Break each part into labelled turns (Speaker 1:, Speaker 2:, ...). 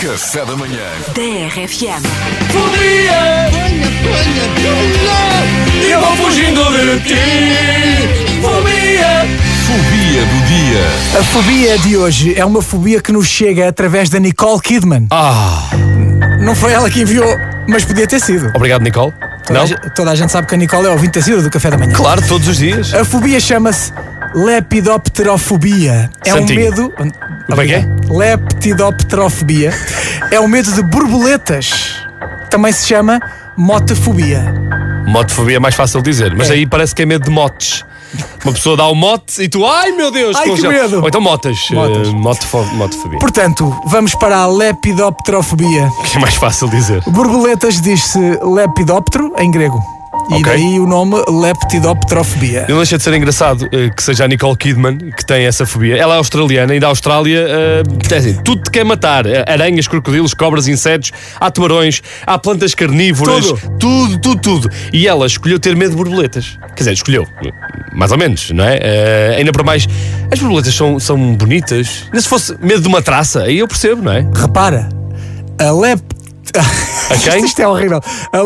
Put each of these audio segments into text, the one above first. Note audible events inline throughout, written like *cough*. Speaker 1: Café da manhã.
Speaker 2: TRFM.
Speaker 3: Podia, eu vou fugindo de ti. Fobia,
Speaker 1: Fobia do dia.
Speaker 4: A fobia de hoje é uma fobia que nos chega através da Nicole Kidman.
Speaker 3: Ah,
Speaker 4: Não foi ela que enviou, mas podia ter sido.
Speaker 3: obrigado, Nicole.
Speaker 4: Toda, A, ge- toda a gente sabe que a Nicole é ouvinte assídua do café da manhã.
Speaker 3: Claro, todos os dias.
Speaker 4: A fobia chama-se lepidopterofobia. É
Speaker 3: Santinho.
Speaker 4: um medo.
Speaker 3: Como é que é?
Speaker 4: Lepidopterofobia. É um medo de borboletas. Também se chama motofobia.
Speaker 3: Motofobia é mais fácil de dizer, mas
Speaker 4: É.
Speaker 3: aí parece que é medo de motes. Uma pessoa dá um mote e tu, ai meu Deus,
Speaker 4: Ai, que
Speaker 3: congela.
Speaker 4: medo.
Speaker 3: Ou então motas.
Speaker 4: Motas.
Speaker 3: eh, motofo- motofobia.
Speaker 4: Portanto, vamos para a lepidopterofobia.
Speaker 3: Que é mais fácil de dizer.
Speaker 4: Borboletas diz-se lepidóptero em grego. E
Speaker 3: Ok.
Speaker 4: daí o nome lepidopterofobia.
Speaker 3: Não deixa de ser engraçado eh, que seja a Nicole Kidman que tem essa fobia. Ela é australiana e da Austrália eh, é assim, tudo te quer matar. Eh, Aranhas, crocodilos, cobras, insetos, há tubarões, há plantas carnívoras,
Speaker 4: Tudo.
Speaker 3: tudo, tudo, tudo. E ela escolheu ter medo de borboletas. Quer dizer, escolheu. Mais ou menos, não é? Eh, ainda por mais, as borboletas são, são bonitas. Ainda se fosse medo de uma traça, aí eu percebo, não é?
Speaker 4: Repara, a lep...
Speaker 3: A quem?
Speaker 4: Isto, *laughs* isto é horrível. A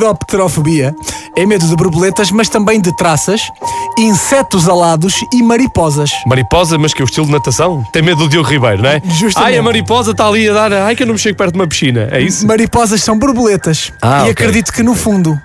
Speaker 4: lepidopterofobia é medo de borboletas, mas também de traças, insetos alados e mariposas.
Speaker 3: Mariposa, mas que é o estilo de natação? Tem medo do Diogo Ribeiro, não é?
Speaker 4: Justamente.
Speaker 3: Ai, a mariposa está ali a dar. Ai, que eu não me chego perto de uma piscina. É isso?
Speaker 4: Mariposas são borboletas.
Speaker 3: Ah, ok.
Speaker 4: e acredito que, no fundo,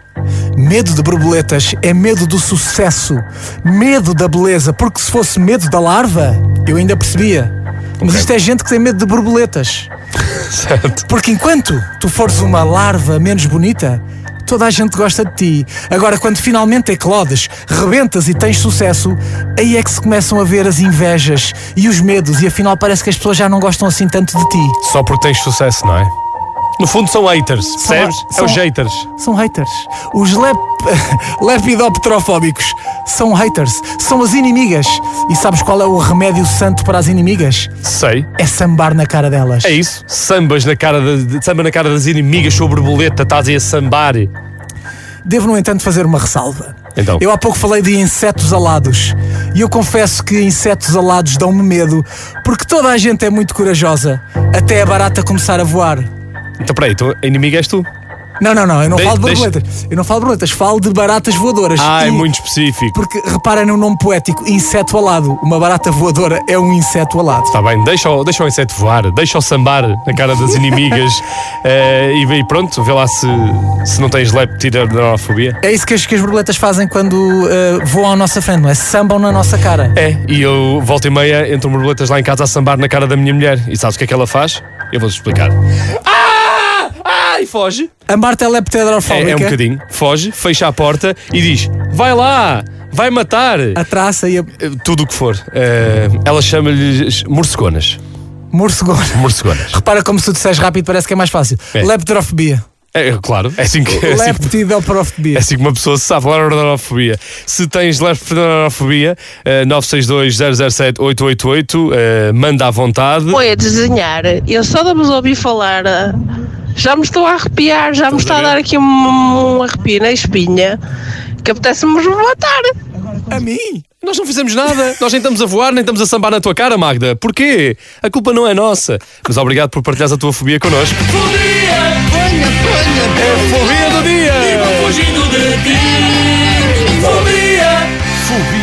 Speaker 4: medo de borboletas é medo do sucesso, medo da beleza, porque se fosse medo da larva, eu ainda percebia. Mas
Speaker 3: Ok.
Speaker 4: isto é gente que tem medo de borboletas.
Speaker 3: *laughs* Certo.
Speaker 4: Porque enquanto tu fores uma larva menos bonita, toda a gente gosta de ti. Agora, quando finalmente eclodes, rebentas e tens sucesso, aí é que se começam a ver as invejas e os medos, e afinal parece que as pessoas já não gostam assim tanto de ti.
Speaker 3: Só porque tens sucesso, não é? No fundo são haters, percebes?
Speaker 4: são-
Speaker 3: É os haters.
Speaker 4: São haters. Os lep... *laughs* lepidopterofóbicos são haters, são as inimigas. E sabes qual é o remédio santo para as inimigas?
Speaker 3: Sei.
Speaker 4: É sambar na cara delas.
Speaker 3: É isso. Sambas na cara, da- de- samba na cara das inimigas sobre borboleta, estás aí a sambar.
Speaker 4: Devo, no entanto, fazer uma ressalva.
Speaker 3: Então.
Speaker 4: Eu há pouco falei de insetos alados. E eu confesso que insetos alados dão-me medo, porque toda a gente é muito corajosa, até a barata começar a voar.
Speaker 3: Então peraí, então, a inimiga és tu.
Speaker 4: Não, não, não, eu não
Speaker 3: De-
Speaker 4: falo de
Speaker 3: deixa-
Speaker 4: borboletas. Eu não falo de borboletas, falo de baratas voadoras.
Speaker 3: Ah, é
Speaker 4: E-
Speaker 3: muito específico.
Speaker 4: Porque reparem no nome poético, inseto alado. Uma barata voadora é um inseto alado.
Speaker 3: Está Tá bem, deixa o, deixa o inseto voar, deixa o sambar na cara
Speaker 4: *laughs*
Speaker 3: das inimigas eh, e, e pronto, vê lá se, se não tens leptiderofobia.
Speaker 4: É isso que as, que as borboletas fazem quando eh, voam à nossa frente, não é? Sambam na nossa cara.
Speaker 3: É, e eu volta e meia entro borboletas lá em casa a sambar na cara da minha mulher. E sabes o que é que ela faz? Eu vou-te explicar. Ah! Ah! E foge.
Speaker 4: A Marta é
Speaker 3: É,
Speaker 4: leptedrofóbica.
Speaker 3: é um bocadinho. Foge, fecha a porta e diz: vai lá, vai matar.
Speaker 4: A traça e a
Speaker 3: Eh, Tudo o que for. Eh, ela chama-lhe morcegonas.
Speaker 4: morcegona.
Speaker 3: Morcegonas.
Speaker 4: Repara como se tu disseres rápido, parece que é mais fácil.
Speaker 3: É.
Speaker 4: Lepterofobia.
Speaker 3: É, é claro, é assim que. É assim, que-
Speaker 4: Leptidoprofobia.
Speaker 3: é assim que uma pessoa se sabe, lerofobia. Se tens lerofobia, 962-007-888, eh, manda à vontade.
Speaker 5: Foi a desenhar. Eu só de vos ouvir falar. ah, Já me estou a arrepiar, já me está a
Speaker 3: a ver?
Speaker 5: dar aqui um, um arrepio na espinha. Que apetece-me vos matar.
Speaker 4: A mim?
Speaker 3: Nós não fizemos nada, nós nem estamos a voar, nem estamos a sambar na tua cara, Magda. Porquê? A culpa não é nossa. Mas obrigado por partilhares a tua fobia connosco. É Fobia do dia!
Speaker 1: Fobia